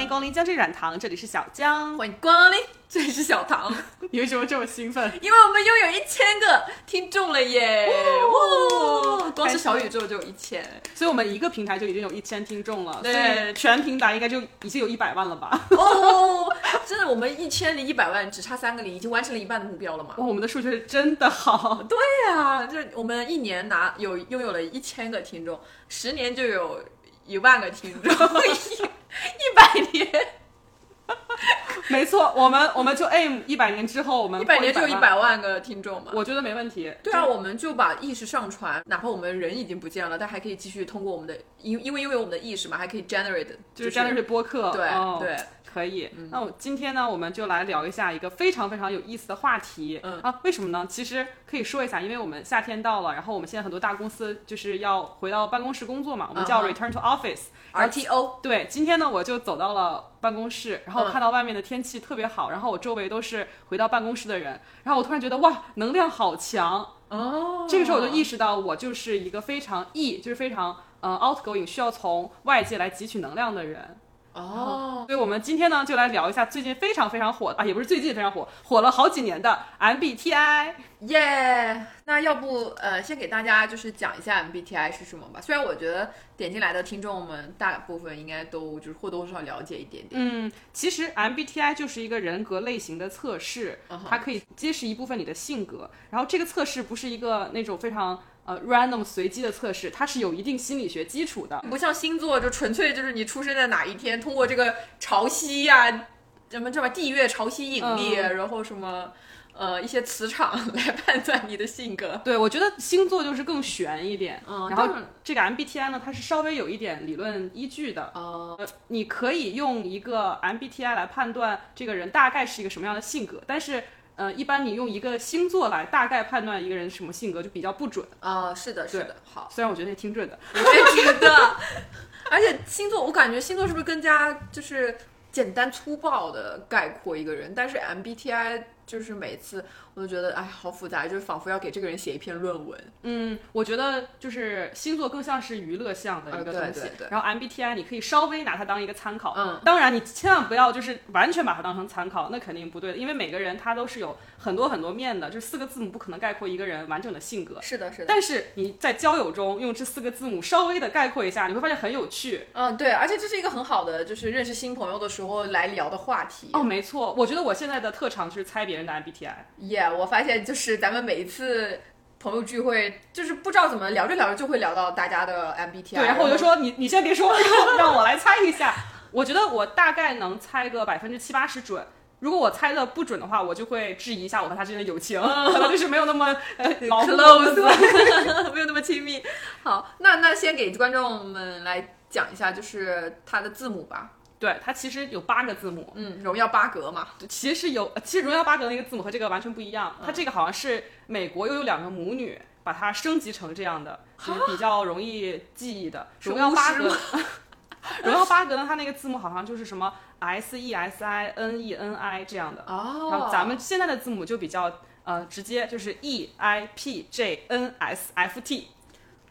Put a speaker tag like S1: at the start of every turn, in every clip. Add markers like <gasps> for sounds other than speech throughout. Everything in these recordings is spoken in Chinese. S1: 迎光临江浙软糖，这里是小江。
S2: 欢迎光临，这里是小唐，
S1: 你为什么这么兴奋？
S2: 因为我们拥有一千个听众了耶！哇，光是小宇宙就有一千，
S1: 所以我们一个平台就已经有一千听众了，
S2: 对
S1: 所以全平台应该就已经有一百万了吧？
S2: 哦，真的，我们一千离一百万只差三个零，已经完成了一半的目标了嘛？
S1: <laughs> 哇，我们的数学真的好，
S2: 对呀、就是我们一年拿有拥有了一千个听众，十年就有一万个听 <laughs> 众，一一百年，
S1: <laughs> 没错，我们我们就 aim 一百年之后，我们
S2: 一百年就
S1: 破
S2: 有一
S1: 100万，
S2: 百万个听众嘛？
S1: 我觉得没问题。
S2: 对啊，我们就把意识上传，哪怕我们人已经不见了，但还可以继续通过我们的，因因为因为我们的意识嘛，还可以 generate，
S1: 就是这样的是嗯播客，
S2: 对、
S1: 哦
S2: 对，
S1: 可以，那我今天呢，我们就来聊一下一个非常非常有意思的话题。
S2: 嗯
S1: 啊，为什么呢？其实可以说一下，因为我们夏天到了，然后我们现在很多大公司就是要回到办公室工作嘛，我们叫
S2: 嗯哼
S1: return to office。
S2: RTO，
S1: 对，今天呢，我就走到了办公室，然后
S2: 嗯
S1: 看到外面的天气特别好，然后我周围都是回到办公室的人，然后我突然觉得哇，能量好强。
S2: 哦
S1: 这个时候我就意识到，我就是一个非常 E，就是非常呃 outgoing，需要从外界来汲取能量的人。
S2: 哦，
S1: 所以，我们今天呢，就来聊一下最近非常非常火啊，也不是最近非常火，火了好几年的 MBTI。
S2: 耶、那要不呃，先给大家就是讲一下 MBTI 是什么吧。虽然我觉得点进来的听众们大部分应该都就是或多或少了解一点点。
S1: 嗯，其实 MBTI 就是一个人格类型的测试
S2: 嗯哼，
S1: 它可以揭示一部分你的性格。然后这个测试不是一个那种非常呃 random 随机的测试，它是有一定心理学基础的。
S2: 不像星座，就纯粹就是你出生在哪一天，通过这个潮汐呀、什么这么地月潮汐引力，
S1: 嗯
S2: 然后什么呃一些磁场 <laughs> 来判断你的性格。
S1: 对，我觉得星座就是更悬一点。
S2: 嗯
S1: 然后
S2: 但是
S1: 这个 MBTI 呢，它是稍微有一点理论依据的。
S2: 哦、
S1: 呃，你可以用一个 MBTI 来判断这个人大概是一个什么样的性格，但是呃，一般你用一个星座来大概判断一个人什么性格就比较不准。
S2: 啊、是的，是
S1: 对
S2: 的，好，
S1: 虽然我觉得也挺准的，
S2: 我也觉得。 <laughs> 而且星座，我感觉星座是不是更加就是简单粗暴的概括一个人？但是 MBTI 就是每次我都觉得哎，好复杂，就是仿佛要给这个人写一篇论文。
S1: 嗯，我觉得就是星座更像是娱乐向的一个
S2: 啊对
S1: 东西，
S2: 对对
S1: 然后 MBTI 你可以稍微拿它当一个参考，
S2: 嗯，
S1: 当然你千万不要就是完全把它当成参考，那肯定不对的，因为每个人他都是有很多很多面的，就是四个字母不可能概括一个人完整的性格。
S2: 是的，是的。
S1: 但是你在交友中用这四个字母稍微的概括一下，你会发现很有趣。
S2: 嗯，对，而且这是一个很好的，就是认识新朋友的时候来聊的话题。
S1: 哦，没错，我觉得我现在的特长就是猜别人的 MBTI。
S2: 耶、我发现就是咱们每一次朋友聚会，就是不知道怎么聊着聊着就会聊到大家的 MBTI。
S1: 对，然后我就，说你你先别说，让我来猜一下。我觉得我大概能猜个百分之七八十准。如果我猜的不准的话，我就会质疑一下我和他之间的友
S2: <laughs>
S1: 情，可能就是没有那么呃牢固
S2: close，没有那 <laughs> 么亲密。好，那那先给观众们来讲一下，就是它的字母吧。
S1: 对，它其实有八个字母，
S2: 嗯，荣耀八格嘛。
S1: 其实有，其实荣耀八格那个字母和这个完全不一样，
S2: 嗯
S1: 它这个好像是美国又有两个母女把它升级成这样的，就是比较容易记忆的。
S2: 是
S1: 荣耀八
S2: 巫
S1: 格， <laughs> 荣耀八格呢，它那个字母好像就是什么 S E S I N E N I 这样的，然后
S2: 哦，
S1: 咱们现在的字母就比较呃直接，就是 E I P J N S F T。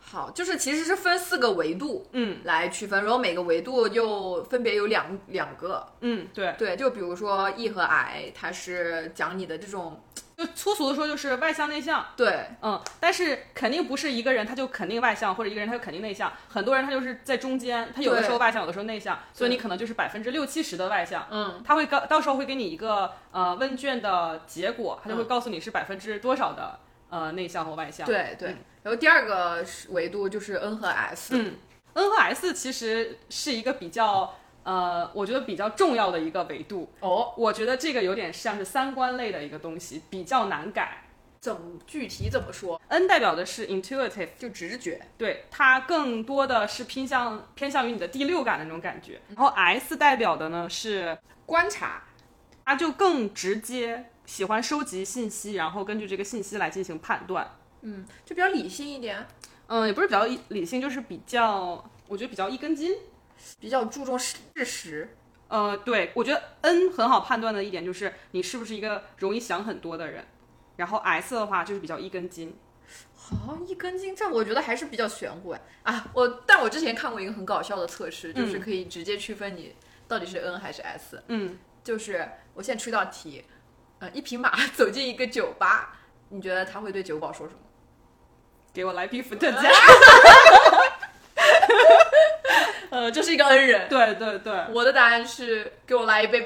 S2: 好，就是其实是分四个维度
S1: 嗯
S2: 来区分，然后每个维度又分别有两两个。
S1: 嗯，对，
S2: 对，就比如说 E 和 I，它是讲你的这种
S1: 就粗俗的说就是外向内向。
S2: 对
S1: 嗯，但是肯定不是一个人他就肯定外向，或者一个人他就肯定内向。很多人他就是在中间，他有的时候外向，有的时候内向，所以你可能就是百分之六七十的外向。
S2: 嗯，
S1: 他会告到时候会给你一个呃问卷的结果，他就会
S2: 嗯
S1: 告诉你是百分之多少的呃内向和外向。
S2: 对对。然后第二个是维度就是 N 和 S，
S1: 嗯，N 和 S 其实是一个比较呃，我觉得比较重要的一个维度。
S2: 哦，
S1: 我觉得这个有点像是三观类的一个东西，比较难改。
S2: 怎么具体怎么说？
S1: N 代表的是 intuitive。
S2: 就直觉，
S1: 对，它更多的是偏向偏向于你的第六感的那种感觉。然后 S 代表的呢是，
S2: 观察。
S1: 它就更直接，喜欢收集信息，然后根据这个信息来进行判断。
S2: 嗯，就比较理性一点，
S1: 嗯，也不是比较理性，就是比较，我觉得比较一根筋。
S2: 比较注重事实。
S1: 呃，对，我觉得 N 很好判断的一点就是你是不是一个容易想很多的人。然后 S 的话就是比较一根筋，
S2: 好、一根筋，这我觉得还嗯是比较玄乎哎啊！我但我之前看过一个很搞笑的测试，就是可以直接区分你到底是 N 还是 S。
S1: 嗯，
S2: 就是我现在出一道题，呃，一匹马 <laughs> 走进一个酒吧，你觉得他会对酒保说什么？
S1: 给我来瓶伏特加。
S2: 呃，这是一个恩人。
S1: 对对对
S2: 我的答案是给我来一杯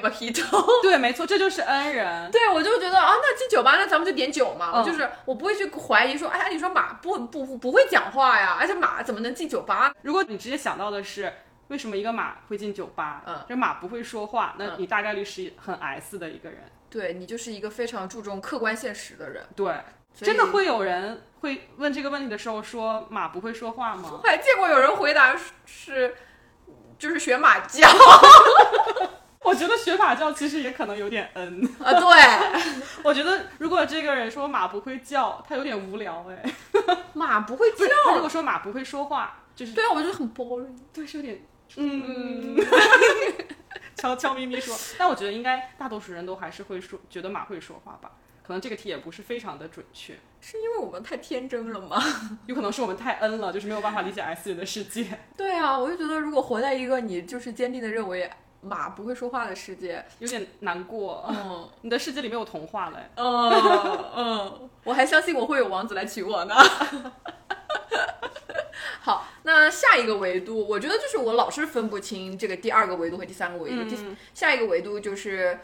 S1: <laughs>
S2: mojito。
S1: 对，没错，这就是恩人。
S2: 对，我就觉得啊，那进酒吧那咱们就点酒嘛，
S1: 嗯
S2: 我就是我不会去怀疑说，哎呀，你说马不不不不会讲话呀，而且马怎么能进酒吧？
S1: 如果你直接想到的是为什么一个马会进酒吧，
S2: 嗯，
S1: 这马不会说话，那
S2: 嗯
S1: 你大概率是很 S 的一个人。
S2: 对你就是一个非常注重客观现实的人，
S1: 对，
S2: 嗯所以
S1: 真的。会有人会问这个问题的时候说马不会说话吗 <laughs>
S2: 我？还见过有人回答是，就是学马叫
S1: 我觉得学马叫其实也可能有点 N。
S2: <laughs> 啊，对，
S1: <laughs> 我觉得如果这个人说马不会叫，他有点无聊哎。 <laughs>
S2: 马不会
S1: 不是，他如
S2: 叫，
S1: 果说马不会说话，就是
S2: <laughs> 对啊，我觉得很 boring。
S1: 对，是有点嗯。悄悄咪咪说，但我觉得应该大多数人都还是会说，觉得马会说话吧。可能这个题也不是非常的准确，
S2: 是因为我们太天真了吗？ <laughs>
S1: 有可能是我们太 N 了，就是没有办法理解 S 人的世界，
S2: 对啊，我就觉得如果活在一个你就是坚定的认为马不会说话的世界，
S1: 有点难过。
S2: 嗯。 <laughs>
S1: 你的世界里面有童话嘞，
S2: 嗯，嗯，我还相信我会有王子来娶我呢。 <laughs> 好，那下一个维度，我觉得就是我老是分不清这个第二个维度和第三个维度。
S1: 嗯
S2: 第下一个维度就是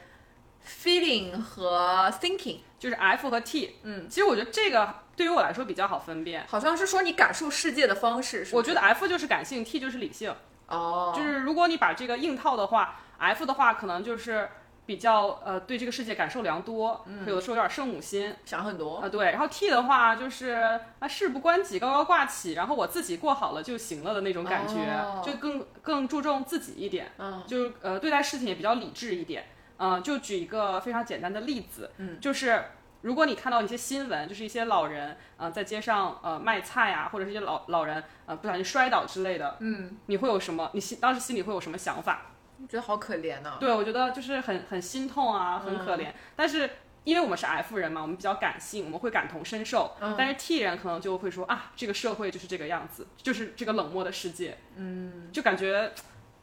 S2: feeling 和 thinking，
S1: 就是 F 和 T。
S2: 嗯，
S1: 其实我觉得这个对于我来说比较好分辨。
S2: 好像是说你感受世界的方式。是吗
S1: 我觉得 F 就是感性，T 就是理性。
S2: 哦，
S1: 就是如果你把这个硬套的话，F 的话可能就是比较呃对这个世界感受良多，有的时候有点圣母心
S2: 想很
S1: 啊、
S2: 多。
S1: 对。然后 T 的话就是啊事不关己高高挂起，然后我自己过好了就行了的那种感觉，
S2: 哦
S1: 就更更注重自己一点，
S2: 嗯，
S1: 就呃对待事情也比较理智一点。嗯、就举一个非常简单的例子，
S2: 嗯，
S1: 就是。如果你看到一些新闻，就是一些老人，呃，在街上呃卖菜啊，或者是一些老老人，呃，不小心摔倒之类的，
S2: 嗯，
S1: 你会有什么？你心当时心里会有什么想法？
S2: 我觉得好可怜啊呢、
S1: 对我觉得就是很很心痛啊，很可怜。但是因为我们是 F 人嘛，我们比较感性，我们会感同身受。
S2: 嗯
S1: 但是 T 人可能就会说啊，这个社会就是这个样子，就是这个冷漠的世界。嗯，就感觉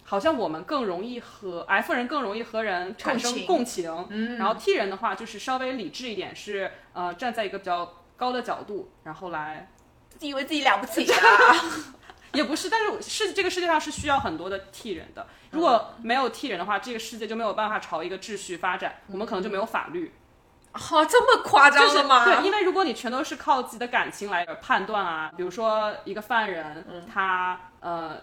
S1: 好像我们更容易和 F 人更容易和人产生
S2: 情
S1: 共情。
S2: 嗯，
S1: 然后 T 人的话就是稍微理智一点，是呃站在一个比较高的角度，然后来
S2: 自以为自己了不起啊。
S1: 也不是，但是是这个世界上是需要很多的替人的。如果
S2: 嗯
S1: 没有替人的话，这个世界就没有办法朝一个秩序发展，我们可能就没有法律。
S2: <laughs> 好、这么夸
S1: 就
S2: 嗯张
S1: 是
S2: 的吗？
S1: 对，因为如果你全都是靠自己的感情来判断啊，比如说一个犯人，
S2: 嗯
S1: 他呃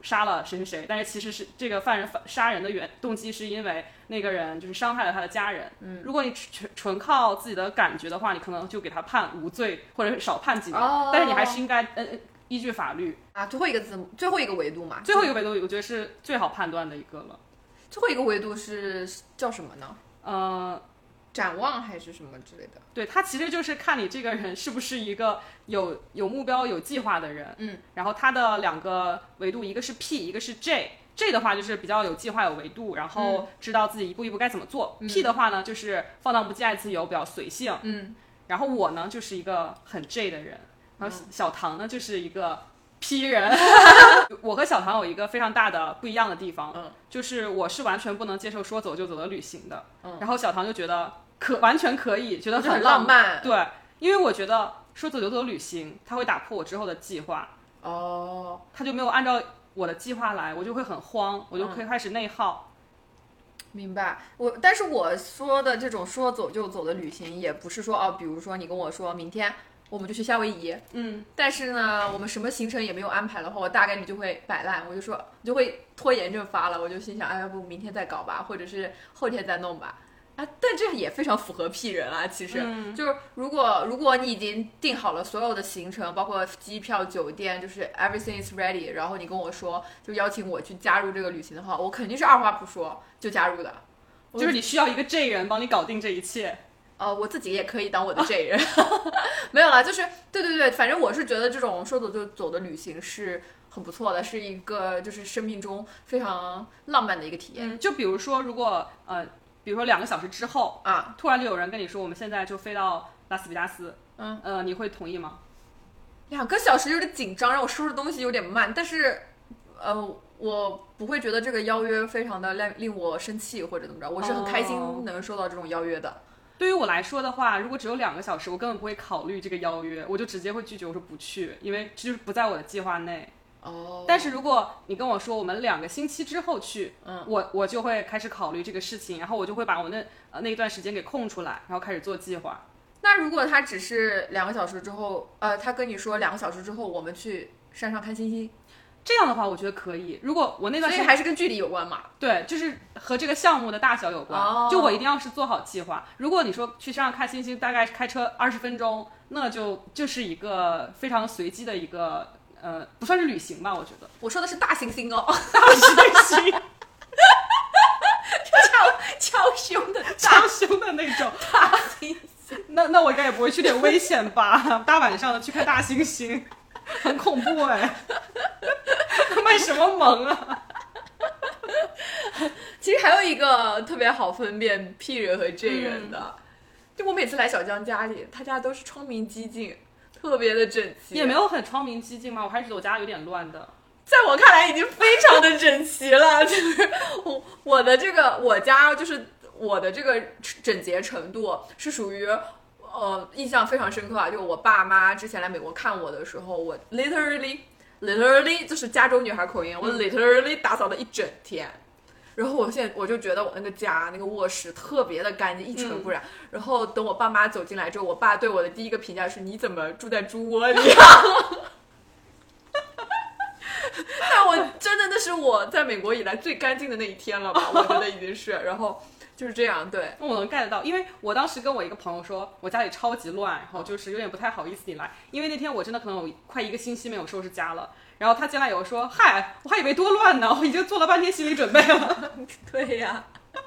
S1: 杀了谁谁谁，但是其实是这个犯人犯杀人的原动机是因为那个人就是伤害了他的家人。嗯，如果你纯纯靠自己的感觉的话，你可能就给他判无罪或者是少判几年，
S2: 哦
S1: 但是你还是应该呃呃依据法律。
S2: 啊，最后一个字母，最后一个维度嘛，
S1: 最后一个维度，我觉得是最好判断的一个了。
S2: 最后一个维度是叫什么呢？
S1: 呃，
S2: 展望还是什么之类的？
S1: 对，它其实就是看你这个人是不是一个有有目标、有计划的人。
S2: 嗯，
S1: 然后它的两个维度，一个是 P，一个是 J。J 的话就是比较有计划、有维度，然后知道自己一步一步该怎么做。P 的话呢，就是放荡不羁、爱自由，比较随性。
S2: 嗯，
S1: 然后我呢，就是一个很 J 的人，然后小唐呢，就是一个 P
S2: <laughs>
S1: 人。我和小唐有一个非常大的不一样的地方，
S2: 嗯
S1: 就是我是完全不能接受说走就走的旅行的，
S2: 嗯
S1: 然后小唐就觉得可完全可以，觉得
S2: 就很
S1: 浪
S2: 浪漫
S1: 对，因为我觉得说走就走旅行，它会打破我之后的计划，
S2: 哦，
S1: 他就没有按照我的计划来，我就会很慌，我就
S2: 嗯
S1: 会开始内耗。
S2: 明白。我但是我说的这种说走就走的旅行，也不是说哦，比如说你跟我说明天我们就去夏威夷，
S1: 嗯，
S2: 但是呢，我们什么行程也没有安排的话，我大概率就会摆烂，我就说我就会拖延症发了，我就心想，哎，要不明天再搞吧，或者是后天再弄吧。啊，但这也非常符合 P 人啊，其实、就是如果如果你已经定好了所有的行程，包括机票、酒店，就是 everything is ready，然后你跟我说就邀请我去加入这个旅行的话，我肯定是二话不说就加入的。我
S1: 就是你需要一个 J 人帮你搞定这一切。
S2: 呃，我自己也可以当我的 J 人， <laughs> 没有啦，就是对对对，反正我是觉得这种说走就走的旅行是很不错的，是一个就是生命中非常浪漫的一个体验、
S1: 嗯，就比如说，如果呃，比如说两个小时之后，
S2: 啊。
S1: 突然就有人跟你说，我们现在就飞到拉斯维加斯，
S2: 嗯，
S1: 呃，你会同意吗？
S2: 两个小时有点紧张，让我收拾东西有点慢，但是呃，我不会觉得这个邀约非常的令令我生气或者怎么着，我是很开
S1: 哦
S2: 心能收到这种邀约的。
S1: 对于我来说的话，如果只有两个小时，我根本不会考虑这个邀约，我就直接会拒绝，我说不去，因为这就是不在我的计划内。
S2: 哦
S1: 但是如果你跟我说我们两个星期之后去，
S2: 嗯，
S1: 我我就会开始考虑这个事情，然后我就会把我那呃那一段时间给空出来，然后开始做计划。
S2: 那如果他只是两个小时之后，呃，他跟你说两个小时之后我们去山上看星星，
S1: 这样的话，我觉得可以。如果我那
S2: 所
S1: 段时
S2: 以
S1: 间
S2: 还是跟距离有关嘛。
S1: 对，就是和这个项目的大小有关。
S2: 哦
S1: 就我一定要是做好计划。如果你说去山上看星星，大概开车二十分钟，那就就是一个非常随机的一个呃，不算是旅行吧，我觉得。 <laughs>
S2: 我说的是大猩猩哦， <laughs>
S1: 大猩猩，
S2: 敲胸的
S1: 超凶的那种。
S2: 大猩猩。
S1: 那那我应该也不会去，点危险吧？大晚上的去看大猩猩，很恐怖哎、 <laughs> 卖什么萌啊？
S2: 其实还有一个特别好分辨 P 人和 J 人的，就我每次来小江家里，他家都是窗明几净，特别的整齐，
S1: 也没有很窗明几净嘛，我还是觉得我家有点乱的。
S2: 在我看来已经非常的整齐了， <laughs> 就是我我的这个我家就是我的这个整洁程度是属于。呃，印象非常深刻啊！就我爸妈之前来美国看我的时候，我 literally literally 就是加州女孩口音，我 literally 打扫了一整天。然后我现在我就觉得我那个家那个卧室特别的干净，一尘不染。然后等我爸妈走进来之后，我爸对我的第一个评价是：“你怎么住在猪窝里啊？”但我真的那是我在美国以来最干净的那一天了吧？我觉得已经是。然后就是这样，对，
S1: 那我能 get 到，因为我当时跟我一个朋友说，我家里超级乱，然后就是有点不太好意思你来，因为那天我真的可能有快一个星期没有收拾家了。然后他进来以后说：“嗨，我还以为多乱呢，我已经做了半天心理准备了。
S2: <laughs> 对呀、 <laughs>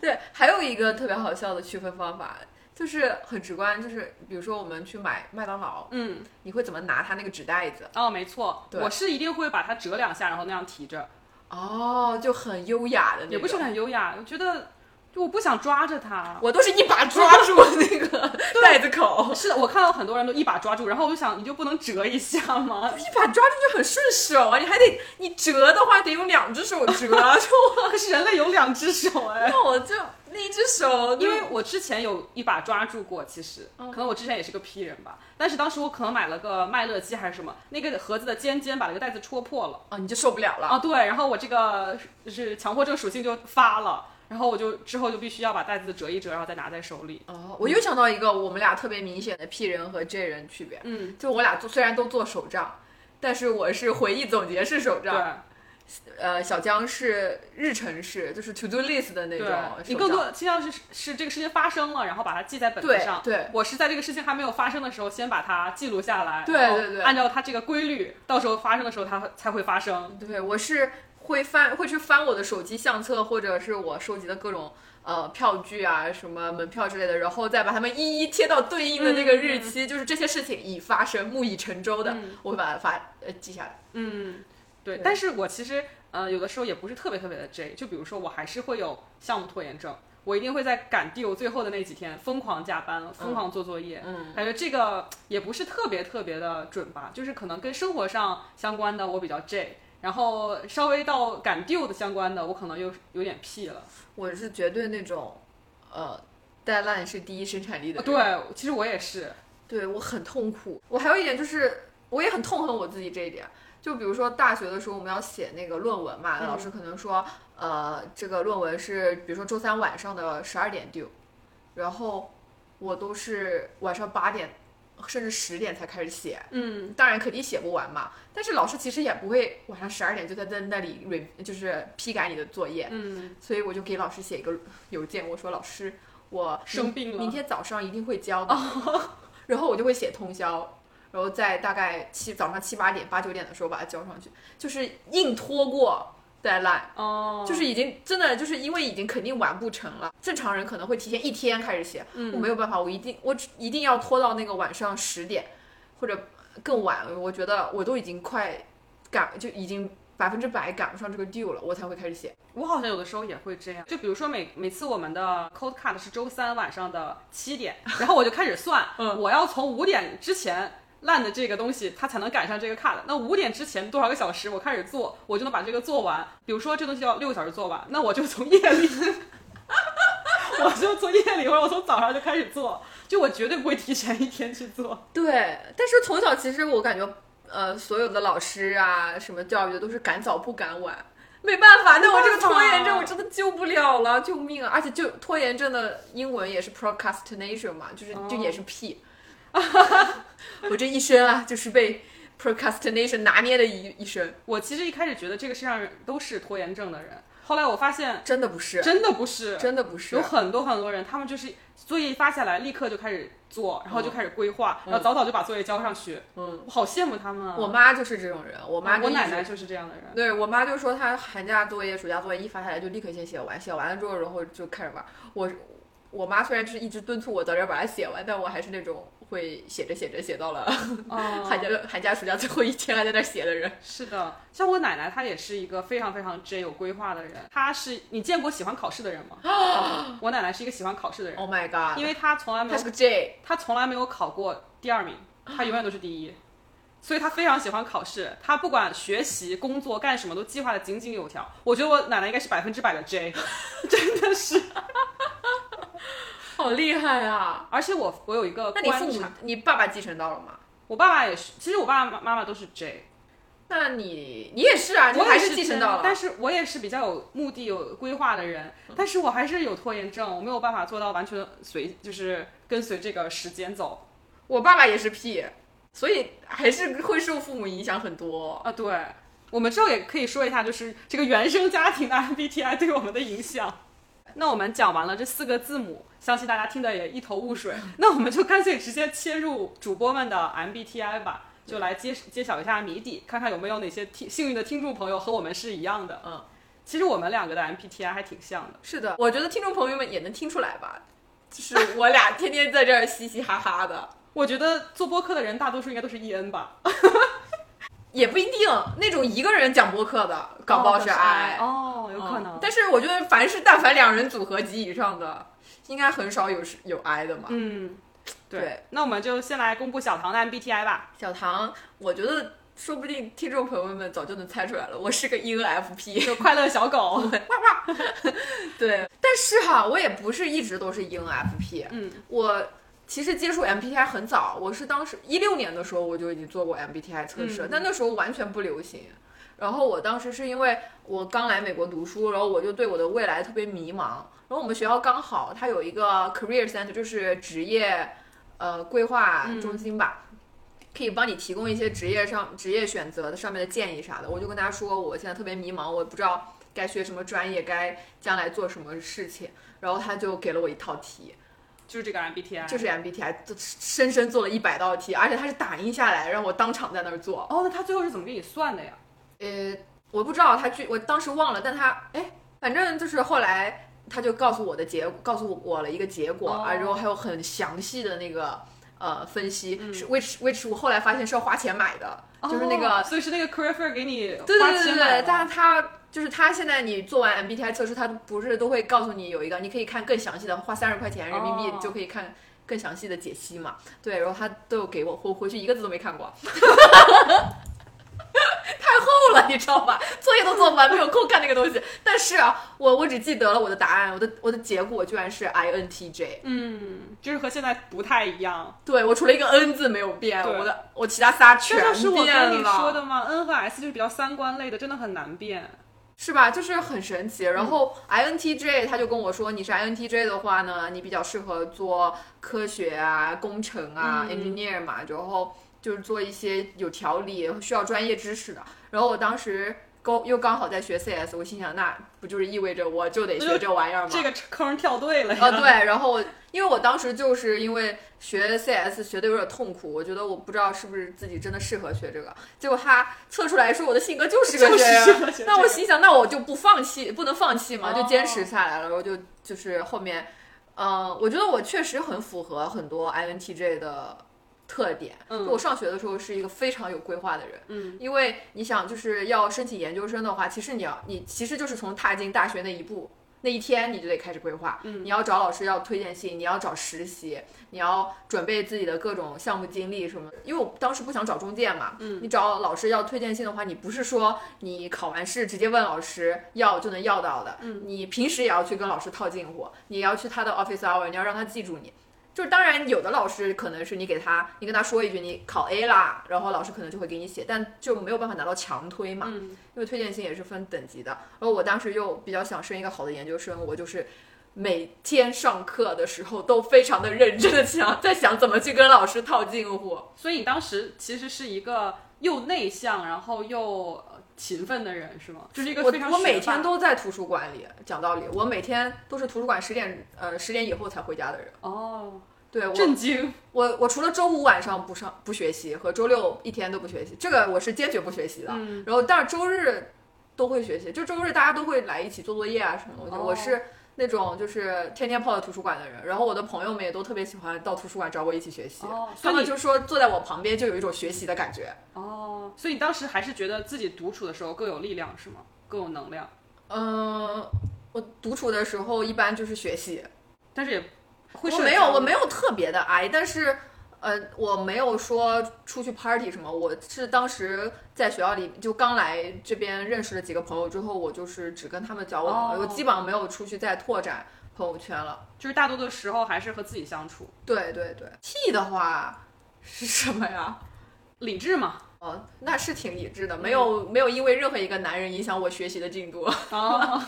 S2: 对，还有一个特别好笑的区分方法，就是很直观，就是比如说我们去买麦当劳”，
S1: 嗯，
S2: 你会怎么拿它那个纸袋子？
S1: 哦，没错，
S2: 对
S1: 我是一定会把它折两下，然后那样提着，
S2: 哦，就很优雅的那种，
S1: 也不是很优雅。我觉得，就我不想抓着它。
S2: 我都是一把抓住那个袋子口，
S1: 是的，我看到很多人都一把抓住，然后我就想，你就不能折一下吗？ <laughs>
S2: 一把抓住就很顺手啊，你还得你折的话得用两只手折，就
S1: 可是人类有两只手哎。
S2: <laughs> 那我就那一只手就，
S1: 因为我之前有一把抓住过，其实
S2: 嗯
S1: 可能我之前也是个 P 人吧，但是当时我可能买了个麦乐鸡还是什么，那个盒子的尖尖把那个袋子戳破了
S2: 啊你就受不了了。
S1: 啊，对，然后我这个就是强迫症属性就发了，然后我就之后就必须要把袋子折一折，然后再拿在手里。
S2: 哦，我又想到一个我们俩特别明显的 P 人和 J 人区别，
S1: 嗯，
S2: 就我俩做虽然都做手账，但是我是回忆总结式手
S1: 对
S2: 账，呃，小江是日程式，就是 to do list 的那种
S1: 对
S2: 手账，，
S1: 你更多倾向是是这个事情发生了，然后把它记在本子
S2: 对
S1: 上。
S2: 对
S1: 我是在这个事情还没有发生的时候，先把它记录下来，
S2: 对
S1: 然后
S2: 对对
S1: 按照它这个规律，到时候发生的时候它会才会发生。
S2: 对，我是会翻，会去翻我的手机相册，或者是我收集的各种呃票据啊、什么门票之类的，然后再把它们一一贴到对应的那
S1: 嗯
S2: 个日期，就是这些事情已发生、木已成舟的，我会把它发呃记下来。
S1: 嗯，对，
S2: 对
S1: 但是我其实呃有的时候也不是特别特别的 J，就比如说我还是会有项目拖延症，我一定会在赶 due 最后的那几天疯狂加班，疯狂做作业。
S2: 嗯，
S1: 感觉这个也不是特别特别的准吧，就是可能跟生活上相关的我比较 J，然后稍微到赶 due 的相关的我可能又有点 P 了。
S2: 我是绝对那种呃 deadline 是第一生产力的
S1: 呃
S2: 人。
S1: 对，其实我也是，
S2: 对我很痛苦。我还有一点就是，我也很痛恨我自己这一点。就比如说大学的时候，我们要写那个论文嘛，
S1: 嗯
S2: 老师可能说，呃，这个论文是比如说周三晚上的十二点 due，然后我都是晚上八点甚至十点才开始写，
S1: 嗯，
S2: 当然肯定写不完嘛。但是老师其实也不会晚上十二点就在在那里 re 就是批改你的作业，
S1: 嗯，
S2: 所以我就给老师写一个邮件，我说老师，我
S1: 生病了哦
S2: 明天早上一定会交的。 <laughs> 然后我就会写通宵，然后在大概七早上七八点八九点的时候把它交上去，就是硬拖过 deadline，、
S1: 哦，
S2: 就是已经真的就是因为已经肯定完不成了。正常人可能会提前一天开始写，
S1: 嗯
S2: 我没有办法，我一定我只一定要拖到那个晚上十点或者更晚，我觉得我都已经快赶就已经百分之百赶不上这个 due 了，我才会开始写。
S1: 我好像有的时候也会这样，就比如说每每次我们的 code cut 是周三晚上的七点，然后我就开始算，
S2: <laughs> 嗯
S1: 我要从五点之前烂的这个东西，它才能赶上这个 cut。那五点之前多少个小时我开始做，我就能把这个做完。比如说这东西要六个小时做完，那我就从夜里，我就从夜里或者我从早上就开始做，就我绝对不会提前一天去做。
S2: 对，但是从小其实我感觉，呃，所有的老师啊，什么教育的都是赶早不赶晚，没办法，那我这个拖延症我真的救不了了，救命啊！而且就拖延症的英文也是 procrastination 嘛，就是就也是屁，啊我这一生啊，就是被 procrastination 拿捏的一一生，
S1: 我其实一开始觉得这个世上都是拖延症的人，后来我发现
S2: 真的不是，
S1: 真的不是，
S2: 真的不是
S1: 有。很多很多人，他们就是作业一发下来，立刻就开始做，然后就开始规划，然后早早就把作业交上去。
S2: 嗯，
S1: 我好羡慕他们啊！
S2: 我妈就是这种人，我妈就
S1: 啊我
S2: 一
S1: 奶
S2: 直
S1: 奶就是这样的人。
S2: 对我妈就说她寒假作业、暑假作业一发下来就立刻先写完，写完了之后，然后就开始玩。我我妈虽然就是一直敦促我早点把它写完，但我还是那种会写着写着写到了 <laughs> 寒
S1: 嗯，
S2: 假、寒假、暑假最后一天还在那儿写的人。
S1: 是的，像我奶奶，她也是一个非常非常 J 有规划的人。她是你见过喜欢考试的
S2: <gasps>
S1: 人吗？我奶奶是一个喜欢考试的人，
S2: Oh my god！
S1: 因为她从来没
S2: 她
S1: 有
S2: 是个
S1: <laughs>
S2: J，
S1: 他从来没有考过第二名，他永远都是第一，所以他非常喜欢考试。他不管学习、工作干什么，都计划的井井有条。我觉得我奶奶应该是百分之百的 J，真的是。
S2: 好厉害啊！
S1: 而且我我有一个
S2: 那你
S1: 观
S2: 父母
S1: 察，、
S2: 你爸爸继承到了吗？
S1: 我爸爸也是，其实我爸爸妈妈都是 J，
S2: 那你你也是啊，你
S1: 我
S2: 还
S1: 也是
S2: 继承
S1: J，
S2: 到了。
S1: 但是我也是比较有目的、有规划的人，但是我还是有拖延症，我没有办法做到完全随，就是跟随这个时间走
S2: 我爸爸也是 P，所以还是会受父母影响很多。
S1: 啊。对，我们之后也可以说一下，就是这个原生家庭的 MBTI 对我们的影响。那我们讲完了这四个字母，相信大家听得也一头雾水。那我们就干脆直接切入主播们的 MBTI 吧，就来揭揭晓一下谜底，看看有没有哪些听幸运的听众朋友和我们是一样的。
S2: 嗯，
S1: 其实我们两个的 MBTI 还挺像的。
S2: 是的，我觉得听众朋友们也能听出来吧，就是我俩天天在这儿嘻嘻哈哈的，
S1: 我觉得做播客的人大多数应该都是 EN 吧，
S2: 也不一定那种一个人讲播客的，哦搞不好是 I，、嗯
S1: 哦，有可能。
S2: 但是我觉得凡是但凡两人组合及以上的，应该很少有有 I 的嘛。
S1: 嗯，
S2: 对
S1: 对。那我们就先来公布小唐的 MBTI 吧。
S2: 小唐，我觉得说不定听众朋友们早就能猜出来了，我是个 E ENFP。
S1: 就快乐小 <laughs> 狗。
S2: <laughs> 对，但是哈，我也不是一直都是 ENFP，
S1: 嗯，
S2: 我其实接触 MBTI 很早，我是当时一六年的时候我就已经做过 MBTI 测试，
S1: 嗯
S2: 但那时候完全不流行。然后我当时是因为我刚来美国读书，然后我就对我的未来特别迷茫。然后我们学校刚好它有一个 career center，就是职业呃规划
S1: 嗯
S2: 中心吧。可以帮你提供一些职业上职业选择的上面的建议啥的。我就跟他说，我现在特别迷茫，我不知道该学什么专业，该将来做什么事情。然后他就给了我一套题，
S1: 就是这个 MBTI，
S2: 就是 MBTI，就深深做了一百道题，而且他是打印下来让我当场在那儿做。
S1: 哦，那他最后是怎么给你算的呀？
S2: 呃，我不知道他具，我当时忘了，但他哎，反正就是后来他就告诉我的结，告诉我了一个结果
S1: 哦
S2: 啊，然后还有很详细的那个呃分析，是 which which 我后来发现是要花钱买的，就是那个
S1: 哦所以是那个 career fair 给你
S2: 对
S1: 花
S2: 对对
S1: 钱买
S2: 对
S1: 的，
S2: 但是它就是它现在你做完 MBTI 测试，它不是都会告诉你有一个，你可以看更详细的，花三十块钱人民币
S1: 哦
S2: 就可以看更详细的解析嘛。对，然后它都有给我，我回去一个字都没看过， <laughs> 太厚了，你知道吧？作业都做不完，没有空看那个东西。但是啊，我我只记得了我的答案，我的我的结果居然是 INTJ。
S1: 嗯，就是和现在不太一样。
S2: 对我除了一个 N 字没有变，
S1: 对
S2: 我的我其他仨全
S1: 这
S2: 变了。
S1: 就是我跟你说的吗？N 和 S 就是比较三观类的，真的很难变。
S2: 是吧？就是很神奇。
S1: 嗯
S2: 然后 INTJ 他就跟我说，你是 INTJ 的话呢，你比较适合做科学啊、工程
S1: 嗯
S2: 啊、engineer 嘛，然后就是做一些有条理、需要专业知识的。然后我当时刚又刚好在学 CS，我心想，那不就是意味着我就得学这玩意儿吗？
S1: 这个坑跳对了呀。
S2: 呃，对，然后我因为我当时就是因为学 CS 学的有点痛苦，我觉得我不知道是不是自己真的适合学这个，结果他测出来说我的性格 <laughs> 就是个
S1: 就是
S2: 这样
S1: 适合学
S2: <laughs> 那
S1: 这
S2: 我
S1: 个
S2: 心想，那我就不放弃，不能放弃嘛，就坚持
S1: 哦
S2: 下来了，然后就就是后面，嗯、我觉得我确实很符合很多 INTJ 的特点。
S1: 嗯
S2: 就我上学的时候是一个非常有规划的人，
S1: 嗯，
S2: 因为你想，就是要申请研究生的话，其实你要你其实就是从踏进大学那一步那一天你就得开始规划，
S1: 嗯
S2: 你要找老师要推荐信，你要找实习，你要准备自己的各种项目经历什么的。因为我当时不想找中介嘛，你找老师要推荐信的话，你不是说你考完试直接问老师要就能要到的，你平时也要去跟老师套近乎，你也要去他的 office hour，你要让他记住你。就是当然，有的老师可能是你给他，你跟他说一句你考 A 啦，然后老师可能就会给你写，但就没有办法拿到强推嘛，因为推荐信也是分等级的。然后我当时又比较想升一个好的研究生，我就是每天上课的时候都非常的认真的想，在想怎么去跟老师套近乎。
S1: 所以你当时其实是一个又内向，然后又呃勤奋的人，是吗？就是一个非常
S2: 我我每
S1: 学霸
S2: 天都在图书馆里，讲道理，我每天都是图书馆十点呃十点以后才回家的人。
S1: 哦，
S2: 对我
S1: 震惊，
S2: 我我除了周五晚上不上不学习和周六一天都不学习，这个我是坚决不学习的。
S1: 嗯
S2: 然后但是周日都会学习，就周日大家都会来一起做作业啊什么的。我觉得
S1: 哦
S2: 我是那种就是天天泡在图书馆的人，然后我的朋友们也都特别喜欢到图书馆找我一起学习。
S1: 哦所
S2: 他
S1: 以
S2: 们
S1: 你
S2: 就说坐在我旁边就有一种学习的感觉。
S1: 哦，所以你当时还是觉得自己独处的时候更有力量，是吗？更有能量，
S2: 嗯，我独处的时候一般就是学习，
S1: 但是也会
S2: 我
S1: 社
S2: 没有，
S1: 交啊
S2: 我没有特别的挨，但是。呃，我没有说出去 party 什么，我是当时在学校里就刚来这边认识了几个朋友之后，我就是只跟他们交往了，
S1: 哦
S2: 我基本上没有出去再拓展朋友圈了。
S1: 就是大多的时候还是和自己相处，
S2: 对对对，T 的话是什么呀？
S1: 理智嘛。
S2: 哦，那是挺理智的，没有没有因为任何一个男人影响我学习的进度。
S1: 哦，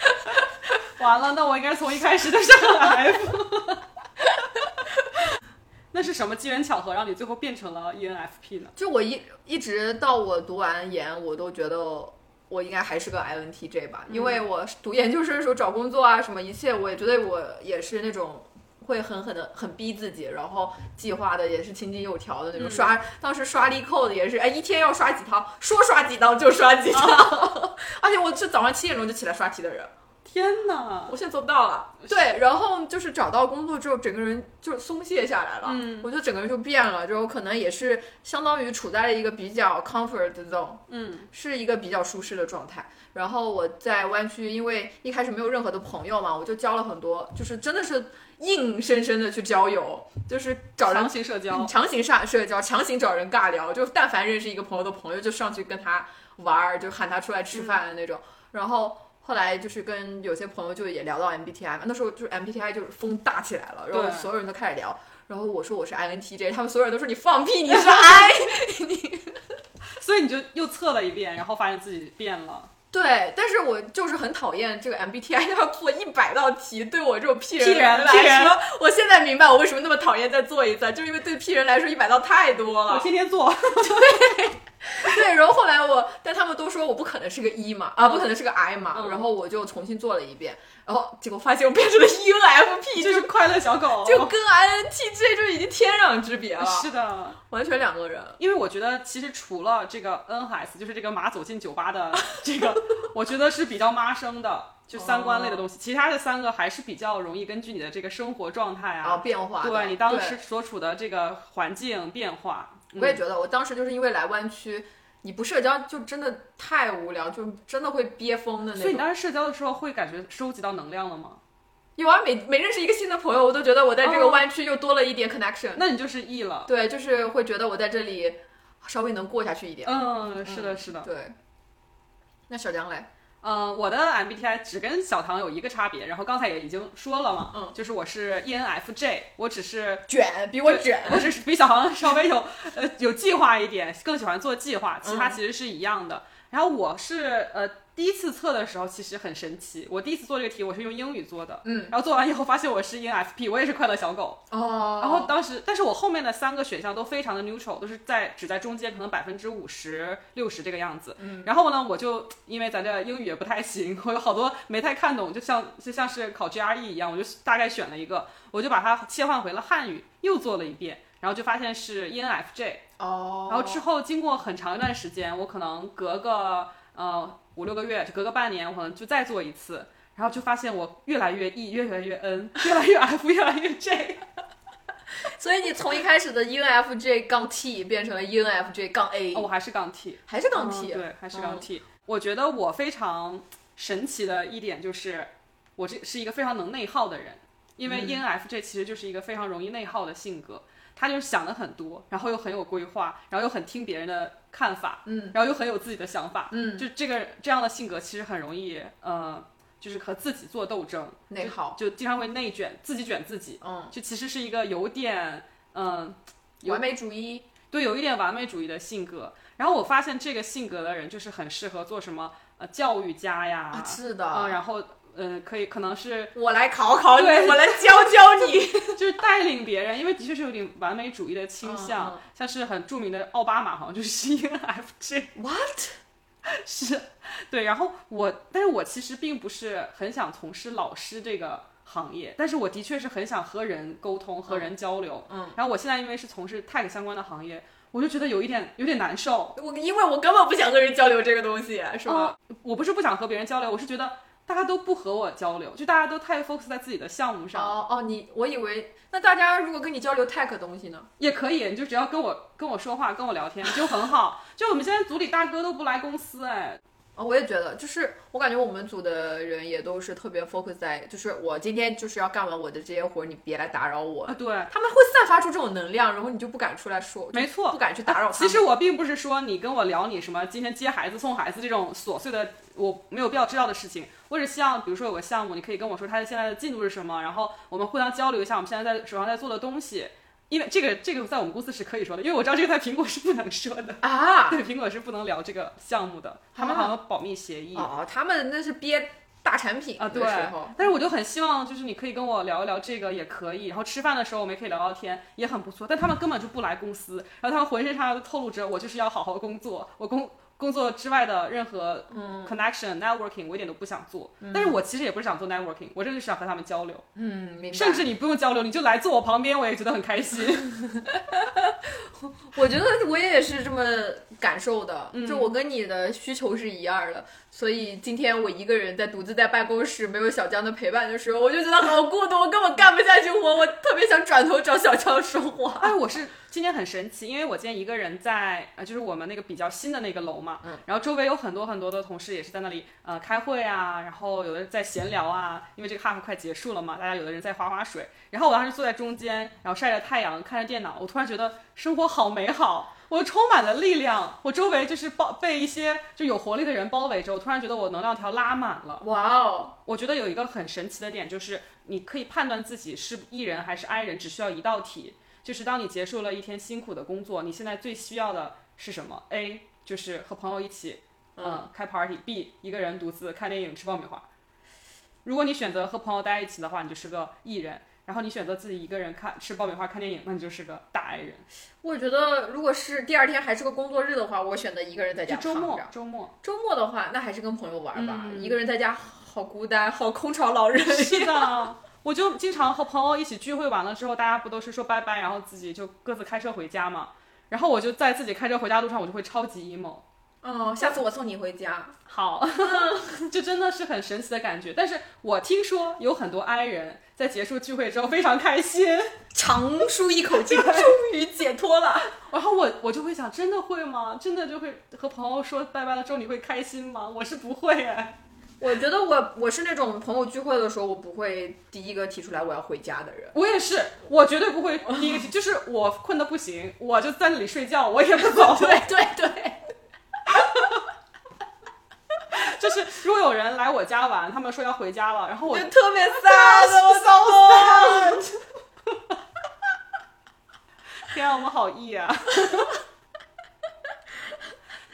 S1: <laughs> 完了，那我应该从一开始就上了 F。那是什么机缘巧合让你最后变成了 E ENFP 呢？
S2: 就我一一直到我读完研，我都觉得我应该还是个 INTJ 吧，因为我读研究生的时候找工作啊什么一切，我也觉得我也是那种。会狠狠的很逼自己，然后计划的也是井井有条的那种。
S1: 嗯
S2: 刷 <laughs> 当时刷力扣的也是，哎，一天要刷几套，说刷几套就刷几套。 <laughs> 而且我是早上七点钟就起来刷题的人，
S1: 天哪！
S2: 我现在做不到了。对，然后就是找到工作之后，整个人就松懈下来了。
S1: 嗯
S2: 我就整个人就变了，就可能也是相当于处在了一个比较 comfort zone，
S1: 嗯
S2: 是一个比较舒适的状态。然后我在湾区，因为一开始没有任何的朋友嘛，我就交了很多，就是真的是硬生生的去交友，就是找人
S1: 强行社 <laughs> 交，
S2: 嗯强行上社交，强行找人尬聊，就但凡认识一个朋友的朋友，就上去跟他玩儿，就喊他出来吃饭的那种。然后后来就是跟有些朋友就也聊到 MBTI 嘛，那时候就是 MBTI 就是风大起来了，然后
S1: 对
S2: 所有人都开始聊。然后我说我是 INTJ，他们所有人都说你放
S1: <laughs>
S2: 屁，你是 I。
S1: 所以你就又测了一遍，然后发现自己变了。
S2: 对，但是我就是很讨厌这个 MBTI 要做一百道题，对我这种 P 人
S1: 屁人屁
S2: 来
S1: 人
S2: 说，我现在明白我为什么那么讨厌再做一次，就是因为对 P 人来说一百道太多了
S1: 我。天天 <laughs> 做，
S2: <laughs> 对，然后后来我，但他们都说我不可能是个 E 嘛，啊，不可能是个 I 嘛，
S1: 嗯
S2: 然后我就重新做了一遍，然后结果发现我变成了 ENFP，
S1: 就是快乐小狗。
S2: 就跟 INTJ 就已经天壤之别了，
S1: 是的，
S2: 完全两个人。
S1: 因为我觉得其实除了这个 N 孩子，就是这个马走进酒吧
S2: <laughs>
S1: 的这个，我觉得是比较妈生的，就三观类的东
S2: 哦
S1: 西。其他的三个还是比较容易根据你的这个生活状态
S2: 啊，
S1: 啊，
S2: 变化的。
S1: 对你当时嗯所处的这个环境变化，嗯
S2: 对，我也觉得，我当时就是因为来湾区，你不社交就真的太无聊，就真的会憋疯的
S1: 所以
S2: 那
S1: 你
S2: 种。
S1: 当时社交的时候会感觉收集到能量了吗？
S2: 有啊，每每认识一个新的朋友，我都觉得我在这个
S1: 哦
S2: 湾区又多了一点 connection，、
S1: 那你就是 E 了。
S2: 对，就是会觉得我在这里稍微能过下去一点。
S1: 嗯，是的，是的。
S2: 对，那小江嘞？
S1: 呃，我的 MBTI 只跟小唐有一个差别，然后刚才也已经说了嘛，
S2: 嗯，
S1: 就是我是 E ENFJ，我只是
S2: 卷，比我卷。
S1: 我只是比小唐稍微有呃有计划一点，更喜欢做计划，其他其实是一样的。然后我是呃第一次测的时候其实很神奇，我第一次做这个题我是用英语做的，
S2: 嗯，
S1: 然后做完以后发现我是 ENFP，我也是快乐小狗，
S2: 哦，
S1: 然后当时，但是我后面的三个选项都非常的 neutral，都是在只在中间，可能百分之五十、六十这个样子。嗯，然后呢，我就因为咱这英语也不太行，我有好多没太看懂，就像就像是考 GRE 一样，我就大概选了一个，我就把它切换回了汉语，又做了一遍，然后就发现是 E ENFJ。
S2: 哦，
S1: 然后之后经过很长一段时间，我可能隔个呃五六个月，就隔个半年，我可能就再做一次，然后就发现我越来越 E，越来越 N，越来越 F，越来越 J。
S2: 所以你从一开始的 ENFJ 杠 T 变成了 ENFJ 杠 A，、
S1: 哦，我还是港 T。
S2: 还是杠 T，、
S1: 嗯对，还是钢 T。我觉得我非常神奇的一点就是，我这是一个非常能内耗的人，因为 E ENFJ 其实就是一个非常容易内耗的性格，他就是想的很多，然后又很有规划，然后又很听别人的看法，嗯，然后又很有自己的想法，嗯，就这个这样的性格其实很容易，呃，就是和自己做斗争，
S2: 内耗，
S1: 就经常会内卷，自己卷自己，
S2: 嗯，
S1: 就其实是一个有点，嗯、有
S2: 完美主义，
S1: 对，有一点完美主义的性格。然后我发现这个性格的人就是很适合做什么呃教育家呀，
S2: 啊是
S1: 啊、
S2: 的，
S1: 然后呃可以可能是 <laughs>
S2: 我来考考你，
S1: 对
S2: 我来教教你，
S1: 就是带领别人，因为的确是有点完美主义的倾向，
S2: 嗯嗯
S1: 像是很著名的奥巴马好像就是 ENFJ，
S2: what？
S1: <laughs> 是对。然后我，但是我其实并不是很想从事老师这个行业，但是我的确是很想和人沟通、和人交流。
S2: 嗯，
S1: 然后我现在因为是从事 tech 相关的行业，我就觉得有一点有点难受，
S2: <laughs> 我因为我根本不想跟人交流这个东西，是吧？
S1: 呃我不是不想和别人交流，我是觉得大家都不和我交流，就大家都太 focus 在自己的项目上，
S2: 哦哦，你我以为那大家如果跟你交流 tech 东西呢？
S1: 也可以，你就只要跟我跟我说话，跟我聊天就很好。就我们现在组里大哥都不来公司，哎，
S2: 啊、我也觉得，就是我感觉我们组的人也都是特别 focus 在，就是我今天就是要干完我的这些活儿，你别来打扰我
S1: 啊。对，
S2: 他们会散发出这种能量，然后你就不敢出来说，
S1: 没
S2: 不啊
S1: 错。
S2: 敢去打扰他
S1: 其
S2: 们。
S1: 实我并不是说你跟我聊你什么今天接孩子送孩子这种琐碎的我没有必要知道的事情，我只希望比如说有个项目，你可以跟我说它现在的进度是什么，然后我们互相交流一下我们现在在手上在做的东西，因为这个这个在我们公司是可以说的，因为我知道这个在苹果是不能说的。
S2: 啊，
S1: <laughs> 对，苹果是不能聊这个项目的，他们好像有保密协议
S2: 哦，他们那是憋大产品
S1: 啊。
S2: 的
S1: 对
S2: 时候，，
S1: 但是我就很希望，就是你可以跟我聊一聊这个也可以，然后吃饭的时候我们也可以聊聊天，也很不错。但他们根本就不来公司，然后他们浑身上下都透露着我就是要好好工作，我工工作之外的任何
S2: 嗯
S1: connection、networking 我一点都不想做。但是我其实也不是想做 networking，我真的是想和他们交流，
S2: 嗯，明白。
S1: 甚至你不用交流，你就来坐我旁边，我也觉得很开心。
S2: 我觉得我也是这么感受的，
S1: 嗯
S2: 就我跟你的需求是一样的，所以今天我一个人在独自在办公室，没有小江的陪伴的时候，我就觉得好孤独，我根本干不下去活，我特别想转头找小江说话。
S1: 哎，我是今天很神奇，因为我今天一个人在呃，就是我们那个比较新的那个楼嘛，
S2: 嗯，
S1: 然后周围有很多很多的同事也是在那里呃开会啊，然后有的在闲聊啊，因为这个 half 快结束了嘛，大家有的人在划划水，然后我当时坐在中间，然后晒着太阳，看着电脑，我突然觉得生活好美好，我充满了力量，我周围就是包被一些就有活力的人包围着，我突然觉得我能量条拉满了。
S2: 哇哦，
S1: 我觉得有一个很神奇的点，就是你可以判断自己是 E 人还是 I 人，只需要一道题，就是当你结束了一天辛苦的工作，你现在最需要的是什么？A 就是和朋友一起，嗯，开 party；B 一个人独自看电影、吃爆米花。如果你选择和朋友待一起的话，你就是个 E 人；然后你选择自己一个人看吃爆米花、看电影，那你就是个大 I 人。
S2: 我觉得如果是第二天还是个工作日的话，我选择一个人在家
S1: 就周
S2: 躺
S1: 末
S2: 着，。
S1: 周末
S2: 周末的话，那还是跟朋友玩吧，
S1: 嗯
S2: 一个人在家好孤单，好空巢老人。
S1: 是的。我就经常和朋友一起聚会完了之后，大家不都是说拜拜，然后自己就各自开车回家嘛。然后我就在自己开车回家路上，我就会超级 emo。
S2: 哦，下次我送你回家。
S1: 好， <laughs> 就真的是很神奇的感觉。但是我听说有很多 I 人在结束聚会之后非常开心，
S2: 长舒一 <laughs> 口气，终于解脱了。
S1: 然后我我就会想，真的会吗？真的就会和朋友说拜拜了之后你会开心吗？我是不会哎。
S2: 我觉得我我是那种朋友聚会的时候，我不会第一个提出来我要回家的人。
S1: 我也是，我绝对不会第一个，就是我困得不行，我就在那里睡觉，我也不走。
S2: <laughs> 对对对，
S1: 就是如果有人来我家玩，他们说要回家了，然后我
S2: 就特别 <laughs> sad，我啊操！
S1: <laughs> 天啊，我们好 E 啊！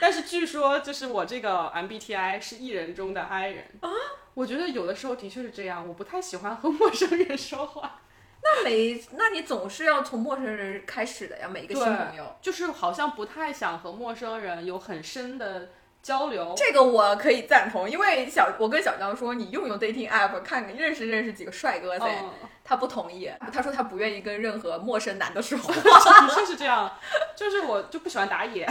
S1: 但是据说，就是我这个 MBTI 是 E 人中的 I 人啊。我觉得有的时候的确是这样，我不太喜欢和陌生人说话，
S2: 那每，那你总是要从陌生人开始的呀，每一个新朋友。
S1: 就是好像不太想和陌生人有很深的交流。
S2: 这个我可以赞同，因为小我跟小张说，你用用 dating app 看看认识认识几个帅哥噻，
S1: 嗯，
S2: 他不同意，他说他不愿意跟任何陌生男的
S1: <laughs>
S2: 说话。
S1: 的确是这样，就是我就不喜欢打野，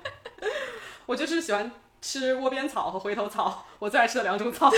S1: <laughs> 我就是喜欢吃窝边草和回头草， <laughs> 我最爱吃的两种草。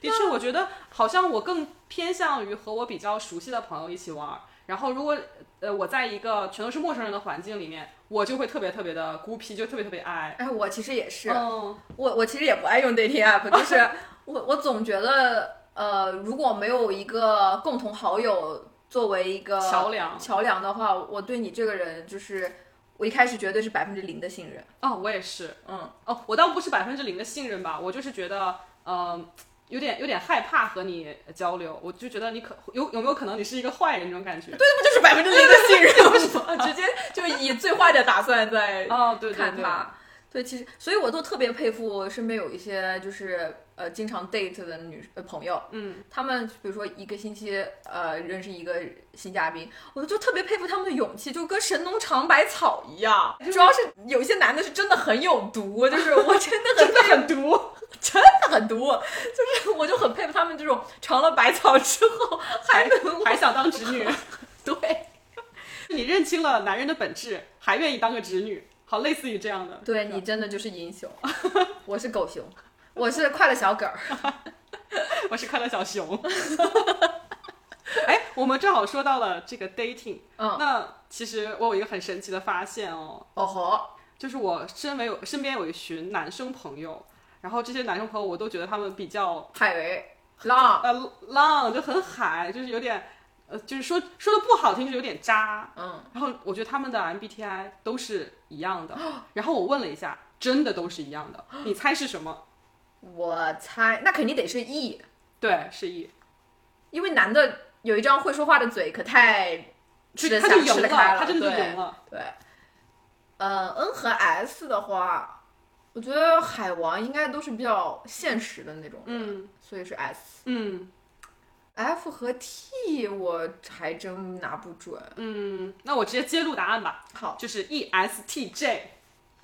S1: 的确，我觉得好像我更偏向于和我比较熟悉的朋友一起玩儿。然后如果呃我在一个全都是陌生人的环境里面，我就会特别特别的孤僻，就特别特别矮。
S2: 哎，我其实也是，
S1: 嗯，
S2: 我我其实也不爱用 dating app，就是
S1: <laughs>
S2: 我我总觉得，呃，如果没有一个共同好友作为一个
S1: 桥梁。
S2: 桥梁的话，我对你这个人就是我一开始绝对是百分之零的信任。
S1: 哦，我也是。
S2: 嗯，
S1: 哦，我倒不是百分之零的信任吧，我就是觉得，呃，有点有点害怕和你交流，我就觉得你可有有没有可能你是一个坏人这种感觉？
S2: 对，那不就是百分之零的信
S1: <laughs>
S2: 任为什么？ <laughs> 直接就以最坏的打算在
S1: 哦，对对
S2: 看
S1: 对，
S2: 他。对，其实，所以我都特别佩服身边有一些就是呃经常 date 的女呃朋友，
S1: 嗯，
S2: 他们比如说一个星期呃认识一个新嘉宾，我就特别佩服他们的勇气，就跟神农尝百草一样。主要是有一些男的是真的很有毒，就是 <laughs> 我真的很真的很毒，真的很毒，就是我就很佩服他们这种尝了百草之后还能
S1: 还想当直 <laughs> 女，
S2: 对。
S1: 你认清了男人的本质，还愿意当个直女，好，类似于这样的。
S2: 对你真的就是英雄， <laughs> 我是狗熊，我是快乐小狗儿。
S1: 我是快乐小熊。 <laughs> 哎，我们正好说到了这个 dating，
S2: 嗯，
S1: 那其实我有一个很神奇的发现哦，
S2: 哦吼，
S1: 就是我身为有身边有一群男生朋友，然后这些男生朋友我都觉得他们比较
S2: 海维浪，
S1: 呃浪就很海，就是有点呃，就是说说的不好听，就有点渣。
S2: 嗯，
S1: 然后我觉得他们的 MBTI 都是一样的。
S2: 哦
S1: 然后我问了一下，真的都是一样的。你猜是什么？
S2: 我猜那肯定得是 E，
S1: 对，是 E，
S2: 因为男的有一张会说话的嘴，可太吃
S1: 就
S2: 得
S1: 他
S2: 下
S1: 就
S2: 吃
S1: 赢
S2: 得
S1: 了，
S2: 开
S1: 他真的就赢
S2: 对
S1: 了。
S2: 对，呃，N 和 S 的话，我觉得海王应该都是比较现实的那种，
S1: 嗯
S2: 所以是 S。
S1: 嗯
S2: F 和 T 我还真拿不准
S1: 嗯，那我直接揭露答案吧，
S2: 好
S1: 就是 ESTJ。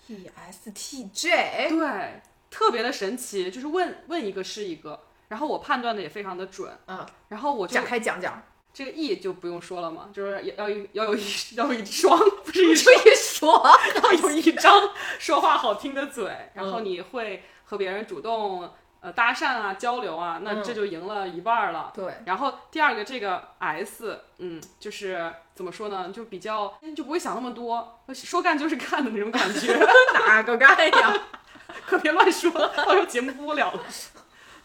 S2: ，E S T J，
S1: 对，特别的神奇，就是问问一个是一个，然后我判断的也非常的准。
S2: 嗯，
S1: 然后我就
S2: 展开讲讲。
S1: 这个 E 就不用说了嘛，就是也要有要
S2: <laughs>
S1: 有一要有一双，不是一双，
S2: 这一 <laughs> 说，
S1: 要有一张说话好听的
S2: 嗯
S1: 嘴，然后你会和别人主动呃搭讪啊、交流啊，那
S2: 嗯
S1: 这就赢了一半儿了。
S2: 对，
S1: 然后第二个这个 S，嗯，就是怎么说呢，就比较就不会想那么多，说干就是干的那种感觉。
S2: 哪个干 <laughs> 呀？
S1: <laughs> 可别乱说，到时候节目播不了了。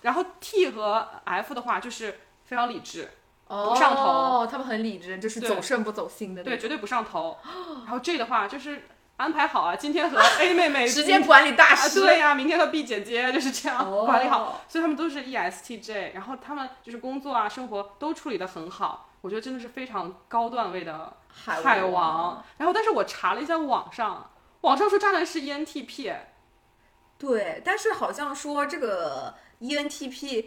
S1: 然后 T 和 F 的话，就是非常理智，不上头，
S2: 哦他们很理智，就是
S1: 对
S2: 走肾不走心的那
S1: 对，
S2: 种，
S1: 绝对不上
S2: <laughs>
S1: 头。然后 J 的话，就是安排好啊，今天和 A
S2: <laughs>
S1: 妹妹
S2: 时间管理大
S1: 啊，
S2: 师。
S1: 对呀、明天和 B 姐姐就是这样、
S2: 哦
S1: 管理好。所以他们都是 E ESTJ，然后他们就是工作啊、生活都处理得很好，我觉得真的是非常高段位的
S2: 海
S1: 海
S2: 王，
S1: 王。然后，但是我查了一下网上，网上说渣男是 E ENTP，
S2: 啊对，但是好像说这个 E ENTP，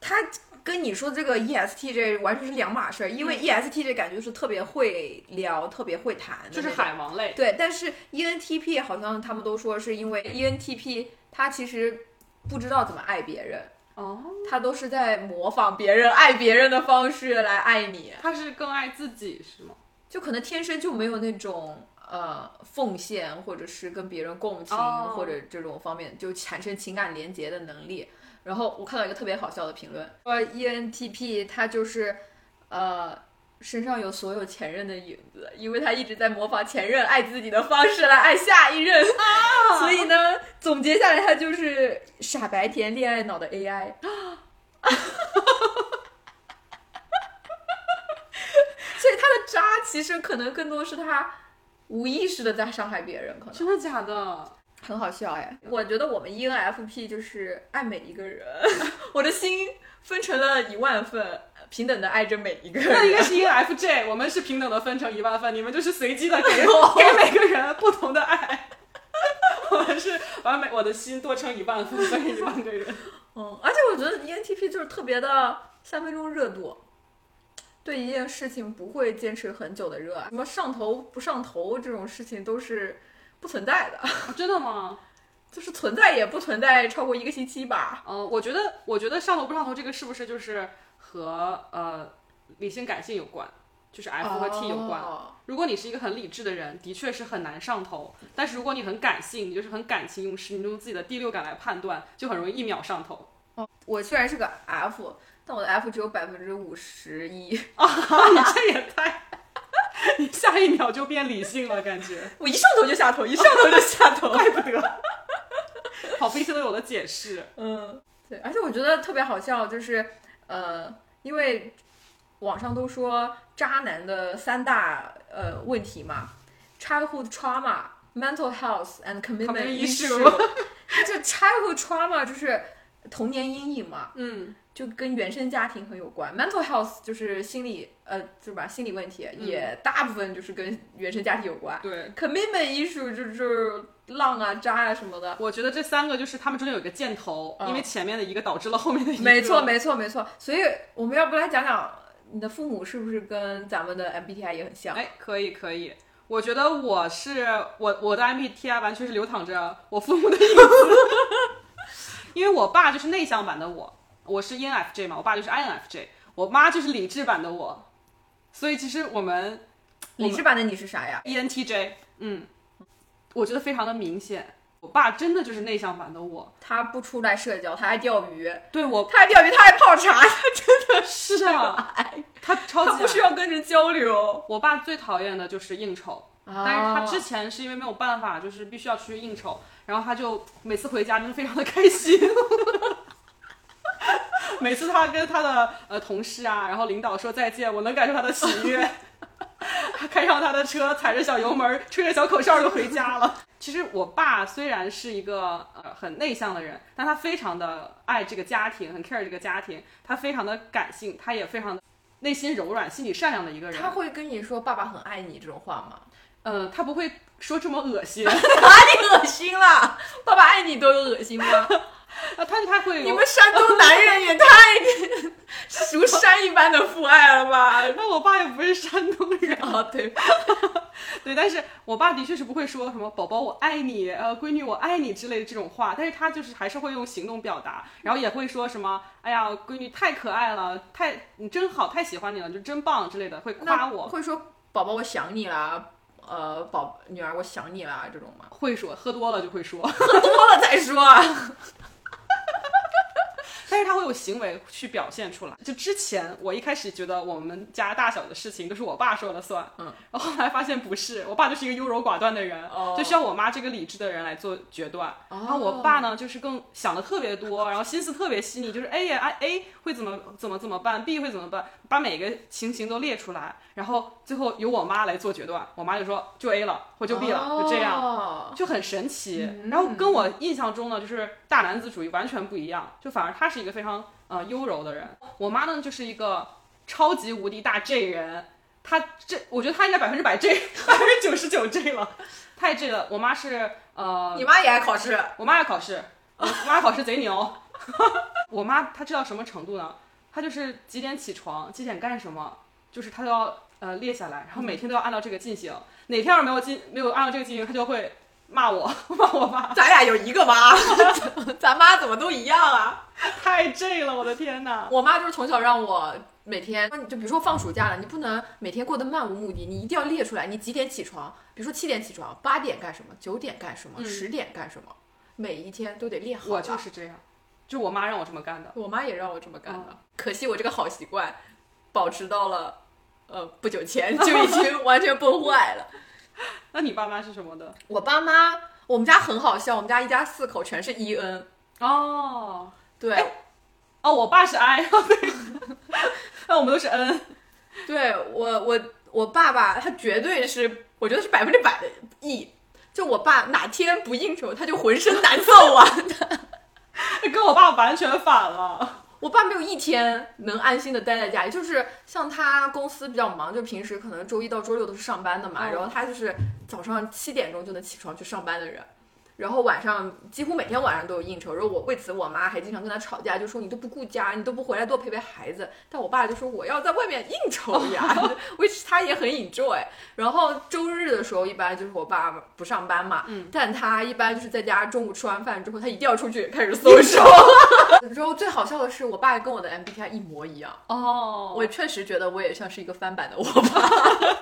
S2: 他跟你说这个 E ESTJ 完全是两码事儿，因
S1: 嗯
S2: 为 E ESTJ 感觉就是特别会聊、特别会谈的那种，
S1: 就是海王类。
S2: 对，但是 E ENTP 好像他们都说是因为 E ENTP 他其实不知道怎么爱别人，
S1: 哦，
S2: 他都是在模仿别人爱别人的方式来爱你，
S1: 他是更爱自己是吗？
S2: 就可能天生就没有那种呃奉献或者是跟别人共情、
S1: 哦
S2: 或者这种方面就产生情感连结的能力。然后我看到一个特别好笑的评论，说 E ENTP 他就是呃身上有所有前任的影子，因为他一直在模仿前任爱自己的方式来爱下一任，所以呢总结下来他就是傻白甜恋爱脑的 AI。所以他的渣其实可能更多是他无意识的在伤害别人，可能
S1: 真的假的？
S2: 很好笑哎。我觉得我们 ENFP 就是爱每一个人，我的心分成了一万份，平等的爱着每一个
S1: <laughs> 那应
S2: 人。
S1: 该是 ENFJ，我们 <laughs> 是平等的分成一万份，你们就是随机的 <laughs> 给
S2: 哦
S1: 给每个人不同的爱。我们是完美，我的心多成一万份分给一万个人。
S2: 嗯，而且我觉得 ENTP 就是特别的三分钟热度。对一件事情不会坚持很久的热爱，什么上头不上头这种事情都是不存在的，
S1: <laughs> 真的吗？
S2: 就是存在也不存在超过一个星期吧。
S1: 嗯、我觉得，我觉得上头不上头这个是不是就是和呃理性感性有关，就是 F 和 T 有关。
S2: 哦
S1: 如果你是一个很理智的人，的确是很难上头；但是如果你很感性，你就是很感情用事，你用自己的第六感来判断，就很容易一秒上头。
S2: 我虽然是个 F，但我的 F 只有百分之五十一， <laughs>
S1: 啊，你这也太， <laughs> 你下一秒就变理性了，感觉，
S2: 我一上头就下头，一上头就下头。
S1: <laughs> 怪不得。好，非常都有了解释。
S2: 嗯，对，而且我觉得特别好笑，就是呃，因为网上都说渣男的三大呃问题嘛，childhood trauma、mental health and commitment
S1: Commitment
S2: issue，就 <laughs> childhood trauma 就是童年阴影嘛，
S1: 嗯
S2: 就跟原生家庭很有关，mental health 就是心理呃，就是吧，心理问题
S1: 嗯
S2: 也大部分就是跟原生家庭有关。
S1: 对，
S2: commitment issue 就就是浪啊、渣啊什么的，
S1: 我觉得这三个就是他们中间有一个箭头，
S2: 嗯
S1: 因为前面的一个导致了后面的一个。
S2: 没错，没错，没错。所以我们要不来讲讲你的父母是不是跟咱们的 MBTI 也很像？
S1: 哎，可以可以，我觉得我是我我的 MBTI 完全是流淌着我父母的影子，因为我爸就是内向版的我，我是 E ENFJ 嘛，我爸就是 INFJ，我妈就是理智版的我，所以其实我们我
S2: 理智版的你是啥呀？
S1: E ENTJ，嗯，我觉得非常的明显，我爸真的就是内向版的我，
S2: 他不出来社交，他爱钓鱼，
S1: 对
S2: <laughs>
S1: 我
S2: 他爱钓鱼，他爱泡茶，
S1: 是啊，他超
S2: 他
S1: 级
S2: 不需要跟人交流。
S1: 我爸最讨厌的就是应酬，
S2: 啊
S1: 但是他之前是因为没有办法，就是必须要出去应酬，然后他就每次回家就是非常的开心。 <laughs> 每次他跟他的呃同事啊，然后领导说再见，我能感受他的喜悦。他开上他的车，踩着小油门，吹着小口哨就回家了。其实我爸虽然是一个呃很内向的人，但他非常的爱这个家庭，很 care 这个家庭，他非常的感性，他也非常的内心柔软、心地善良的一个人。
S2: 他会跟你说“爸爸很爱你”这种话吗？
S1: 呃，他不会说这么恶心，
S2: <laughs> 太恶心了！爸爸爱你都有恶心吗？
S1: <laughs> 啊，他他会
S2: <laughs> 你
S1: 有。
S2: 们山东男人也太 <laughs> 如山一般的父爱了吧？
S1: 那我爸也不是山东
S2: <laughs>
S1: 人，
S2: 啊，对，
S1: <laughs> 对，但是我爸的确是不会说什么“宝宝我爱你”呃“闺女我爱你”之类的这种话，但是他就是还是会用行动表达，然后也会说什么“哎呀，闺女太可爱了，太你真好，太喜欢你了，就真棒”之类的，会夸
S2: 那
S1: 我，
S2: 会说“宝宝，我想你啦”，呃，宝女儿，我想你啦，这种吗？
S1: 会说喝多了就会说，
S2: 多了再说啊。
S1: 但是他会有行为去表现出来。就之前我一开始觉得我们家大小的事情都是我爸说了算，
S2: 嗯，
S1: 然后后来发现不是，我爸就是一个优柔寡断的人，
S2: 哦
S1: 就需要我妈这个理智的人来做决断。然后我爸呢，就是更想的特别多，然后心思特别细腻，就是 A 呀哎 A 会怎么怎么怎么办，B 会怎么办，把每个情形都列出来，然后最后由我妈来做决断。我妈就说就 A 了，或就 B 了，就这样。
S2: 样。
S1: 就很神奇。然后跟我印象中呢，就是大男子主义完全不一样，就反而他是一个非常呃优柔的人。我妈呢，就是一个超级无敌大 J 人，她这我觉得她应该百分之百 J，百分之九十九 J 了， <laughs> 太 J 了。我妈是呃，
S2: 你妈也爱考试，
S1: <laughs> 我妈要考试，我妈考试贼牛。 <laughs> 我妈她知道什么程度呢？她就是几点起床，几点干什么，就是她都要呃列下来，然后每天都要按照这个进行。哪天要是没有进没有按照这个进行，她就会骂我， <laughs> 骂我妈
S2: 咱俩有一个妈， <laughs> 咱妈怎么都一样啊？
S1: 太 J 了，我的天哪！
S2: 我妈就是从小让我。每天就比如说放暑假了，你不能每天过得漫无目的，你一定要列出来，你几点起床？比如说七点起床，八点干什么，九点干什么，
S1: 嗯
S2: 十、点干什么，每一天都得列好。
S1: 我就是这样，就我妈让我这么干的。
S2: 我妈也让我这么干的，
S1: 嗯
S2: 可惜我这个好习惯保持到了呃不久前就已
S1: <laughs>
S2: 经完全崩坏了。
S1: 那你爸妈是什么的？
S2: 我爸妈，我们家很好笑，我们家一家四口全是 E N，
S1: 哦
S2: 对、
S1: 哦，我爸是 I，对， <laughs> 那我们都是 N。
S2: 对，我我我爸爸他绝对是，我觉得是百分之百的 E。就我爸哪天不应酬，他就浑身难受啊！
S1: 跟我爸完全反了。
S2: 我爸没有一天能安心的待在家里，就是像他公司比较忙，就平时可能周一到周六都是上班的嘛，
S1: 嗯
S2: 然后他就是早上七点钟就能起床去上班的人，然后晚上几乎每天晚上都有应酬，然后我为此我妈还经常跟他吵架，就说你都不顾家，你都不回来多陪陪孩子，但我爸就说我要在外面应酬
S1: <laughs>
S2: 呀，which 他也很 enjoy。然后周日的时候一般就是我爸不上班嘛，
S1: 嗯
S2: 但他一般就是在家中午吃完饭之后，他一定要出去开始搜手。然后最好笑的是，我爸跟我的 MBTI 一模一样，
S1: 哦
S2: 我确实觉得我也像是一个翻版的 <laughs> E 我爸。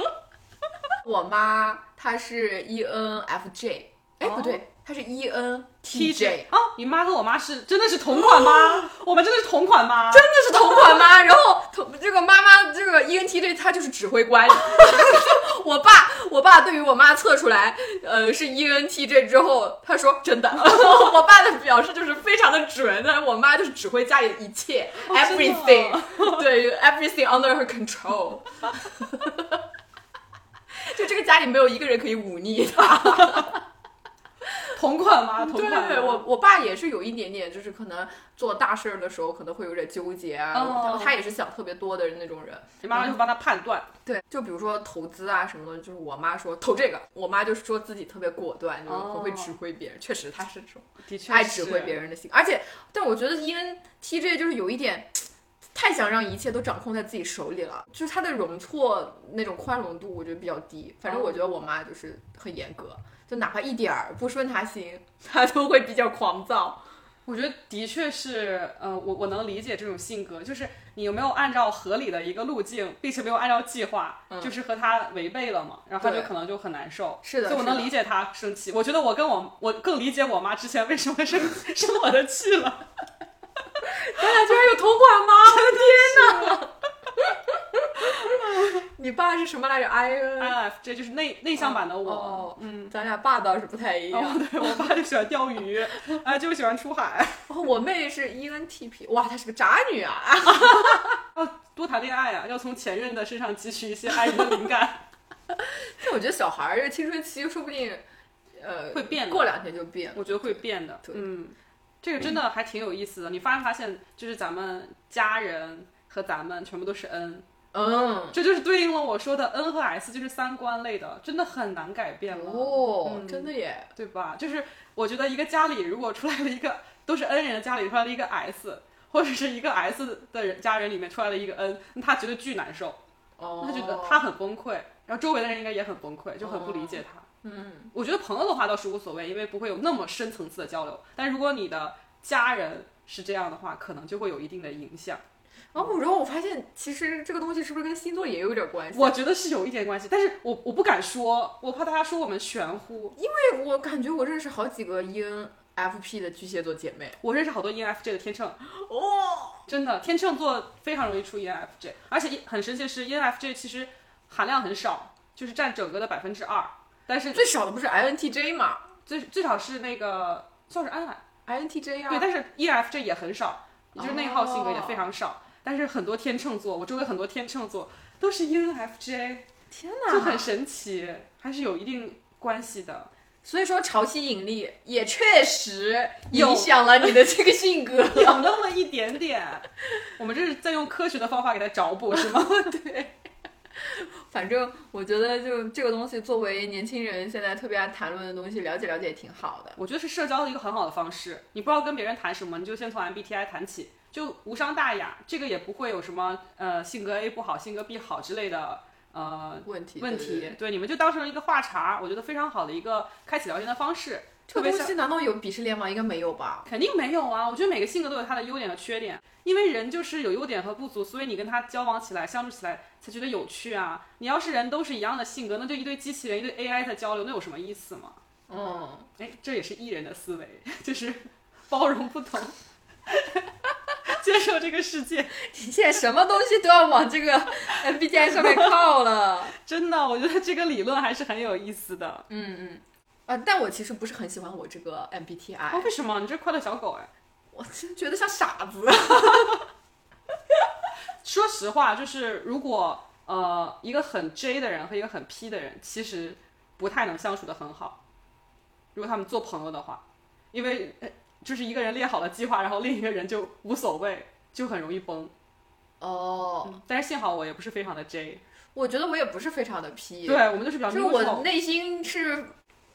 S2: 我妈她是 ENFJ，哎，不对，他是 E N T
S1: TJ
S2: J，
S1: 啊，你妈跟我妈是真的是同款
S2: <laughs>
S1: 吗？我们真的是同款吗？
S2: 真的是同款吗？然后同这个妈妈这个 E N T J 他就是指挥官， <laughs> 我爸我爸对于我妈测出来呃是 E N T J 之后，他说真的， <laughs> 我爸的表示就是非常的准，但是我妈就是指挥家里一切、everything，对 <laughs> everything under her control。就这个家里没有一个人可以忤逆他。
S1: 同款吗？同款吗。
S2: <laughs> 对我，我爸也是有一点点，就是可能做大事儿的时候可能会有点纠结啊。
S1: 哦
S2: 他也是想特别多的那种人。
S1: 你妈妈就帮他判断，
S2: 对，就比如说投资啊什么的，就是我妈说投这个，我妈就是说自己特别果断，就是
S1: 哦
S2: 很会指挥别人。确实，她是这种
S1: 的确
S2: 爱指挥别
S1: 人。
S2: 人的性格。而且，但我觉得 ENTJ 就是有一点。太想让一切都掌控在自己手里了，就是他的容错那种宽容度，我觉得比较低。反正我觉得我妈就是很严格，就哪怕一点儿不顺她心，她都会比较狂躁。
S1: 我觉得的确是，呃，我我能理解这种性格，就是你有没有按照合理的一个路径，并且没有按照计划，就是和他违背了嘛，然后他就
S2: 嗯对
S1: 可能就很难受。
S2: 是的
S1: 所以我
S2: 是的
S1: 能理解他生气。我觉得我跟我我更理解我妈之前为什么生生我的气了。
S2: 咱啊俩居然有同款 <laughs> 吗？天哪！ <laughs> 你爸是什么来着？I N
S1: INF，这就是内内向版的我。
S2: 嗯哦，嗯，咱俩爸倒是不太一样。
S1: 哦，对我爸就喜欢钓鱼，啊、就喜欢出海，
S2: 哦我妹是 E N T P，哇，她是个渣女啊！
S1: 要多谈恋爱啊，要从前任的身上汲取一些爱人的灵感。
S2: <laughs> 但我觉得小孩儿这青春期说不定，呃，
S1: 会变的
S2: 过两天就变了。
S1: 我觉得会变的。
S2: 对
S1: 嗯，这个真的还挺有意思的。你发没发现，就是咱们家人和咱们全部都是 N，
S2: 嗯，
S1: 这就是对应了我说的 N 和 S，就是三观类的，真的很难改变了，
S2: 哦，
S1: 嗯
S2: 真的耶！
S1: 对吧？就是我觉得一个家里如果出来了一个都是 N 人的家里出来了一个 S。或者是一个 S 的人家人里面出来了一个 N，那他觉得巨难受，
S2: 哦，
S1: 他觉得他很崩溃，然后周围的人应该也很崩溃，就很不理解他。
S2: 嗯，
S1: 我觉得朋友的话倒是无所谓，因为不会有那么深层次的交流。但如果你的家人是这样的话，可能就会有一定的影响。
S2: 然后然后我发现其实这个东西是不是跟星座也有点关系？
S1: 我觉得是有一点关系，但是我我不敢说，我怕大家说我们玄乎。
S2: 因为我感觉我认识好几个 E N F P 的巨蟹座姐妹。
S1: 我认识好多 E ENFJ 的天秤，
S2: 哦，
S1: 真的天秤座非常容易出 E ENFJ，而且很神奇的是，E ENFJ 其实含量很少，就是占整个的百分之二，但是
S2: 最少的不是 INTJ 嘛
S1: 最最少是那个算是安澜。
S2: ？INTJ 啊，
S1: 对，但是 ENFJ 也很少，也就是内耗性格也非常
S2: 哦
S1: 少。但是很多天秤座，我周围很多天秤座都是 E ENFJ，
S2: 天
S1: 就很！神奇，还是有一定关系
S2: <laughs>
S1: 的。
S2: 所以说潮汐引力也确实
S1: 有
S2: 影响了你的这个性格。
S1: 有那么一点点，我们这是在用科学的方法给它找补，是吗？ <laughs>
S2: 反正我觉得，就这个东西作为年轻人现在特别爱谈论的东西，了解了解也挺好的。
S1: 我觉得是社交的一个很好的方式。你不知道跟别人谈什么，你就先从 MBTI 谈起，就无伤大雅。这个也不会有什么呃性格 A 不好、性格 B 好之类的呃
S2: 问题
S1: 问
S2: 对
S1: 题，
S2: 对对
S1: 你们就当成一个话茬，我觉得非常好的一个开启聊天的方式。
S2: 这
S1: 特
S2: 个
S1: 别
S2: 东
S1: 像
S2: 西难道有鄙视链吗？应该没有吧？
S1: 肯定没有啊，我觉得每个性格都有它的优点和缺点，因为人就是有优点和不足，所以你跟他交往起来、相处起来才觉得有趣啊。你要是人都是一样的性格，那就一堆机器人、一堆 AI 在交流，那有什么意思嘛？
S2: 嗯，
S1: 哎，这也是艺人的思维， <laughs> 就是包容不同， <laughs> 接受这个世界。
S2: 你现在什么东西都要往 <laughs> 这个 MBTI 上面靠了。
S1: 真的，我觉得这个理论还是很有意思的。
S2: 嗯嗯， <laughs> 啊，但我其实不是很喜欢我这个 MBTI
S1: 啊，。为什么你这快乐小狗哎？
S2: 我真觉得像傻子。
S1: 说实话，就是如果呃一个很 J 的人和一个很 P 的人，其实不太能相处的很好。如果他们做朋友的话，因为呃就是一个人列好了计划，然后另一个人就无所谓，就很容易崩。
S2: 哦，
S1: 但是幸好我也不是非常的 J，
S2: 我觉得我也不是非常的 <laughs> P，
S1: 对我们就是比较
S2: 就是
S1: neutral
S2: 我内心是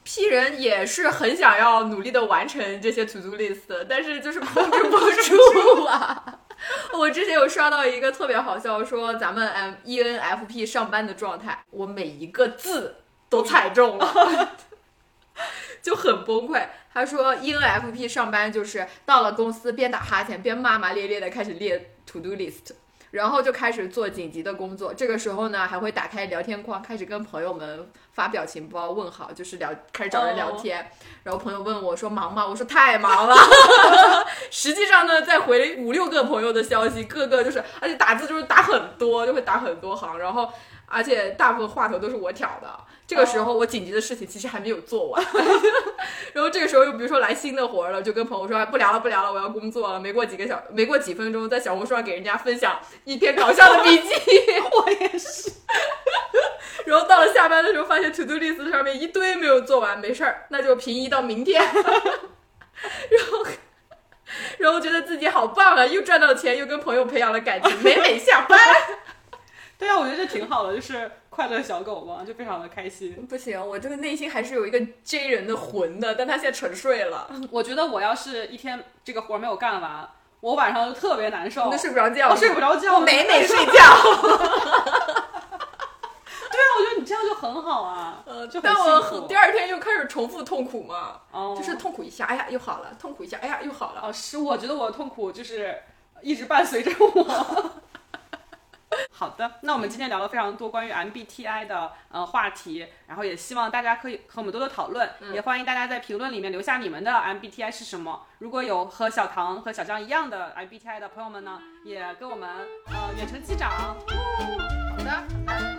S2: P 人，也是很想要努力的完成这些 to do list，的但是就是控制 <laughs> 不住啊。 <laughs> 我之前有刷到一个特别好笑，说咱们 M E N F P 上班的状态，我每一个字都踩中了，就很崩溃。他说 E N F P 上班就是到了公司边打哈欠边骂骂咧咧的开始列 to do list，然后就开始做紧急的工作。这个时候呢，还会打开聊天框，开始跟朋友们发表情包、问好，就是聊，开始找人聊天。然后朋友问我说忙吗？我说太忙了。 <laughs> 实际上呢，再回五六个朋友的消息，个个就是，而且打字就是打很多，就会打很多行，然后而且大部分话头都是我挑的。这个时候我紧急的事情其实还没有做完，然后这个时候又比如说来新的活儿了，就跟朋友说哎不聊了不聊了，我要工作了。没过几个小，没过几分钟，在小红书上给人家分享一篇搞笑的笔 <laughs> 记，
S1: 我也是，
S2: <laughs> 然后到了下班的时候，发现 to do list 上面一堆没有做完，没事儿，那就平移到明天。 <laughs> 然后，然后觉得自己好棒啊，又赚到钱，又跟朋友培养了感情，美美下班。
S1: 对啊，我觉得这挺好的，就是快乐小狗嘛，就非常的开
S2: <laughs>
S1: 心。
S2: 不行，我这个内心还是有一个 J 人的魂的，但他现在沉睡了，
S1: 我觉得我要是一天这个活儿没有干完，我晚上就特别难受，
S2: 你都哦睡不着觉，
S1: 我睡不着觉，
S2: 我美 <laughs> 美睡觉。
S1: 对啊，我觉得你这样就很好啊，
S2: 呃，
S1: 就很
S2: 但
S1: 幸
S2: 我
S1: 福
S2: 第二天又开始重复痛苦嘛，
S1: 哦，
S2: 就是痛苦一下，哎呀又好了，痛苦一下，哎呀又好了。
S1: 哦，是我觉得我的痛苦就是一直伴随着我。 <laughs> 好的，那我们今天聊了非常多关于 MBTI 的呃话题，然后也希望大家可以和我们多多讨论，
S2: 嗯
S1: 也欢迎大家在评论里面留下你们的 MBTI 是什么。如果有和小唐和小张一样的 MBTI 的朋友们呢，也跟我们呃远程击掌。
S2: 好的，好的。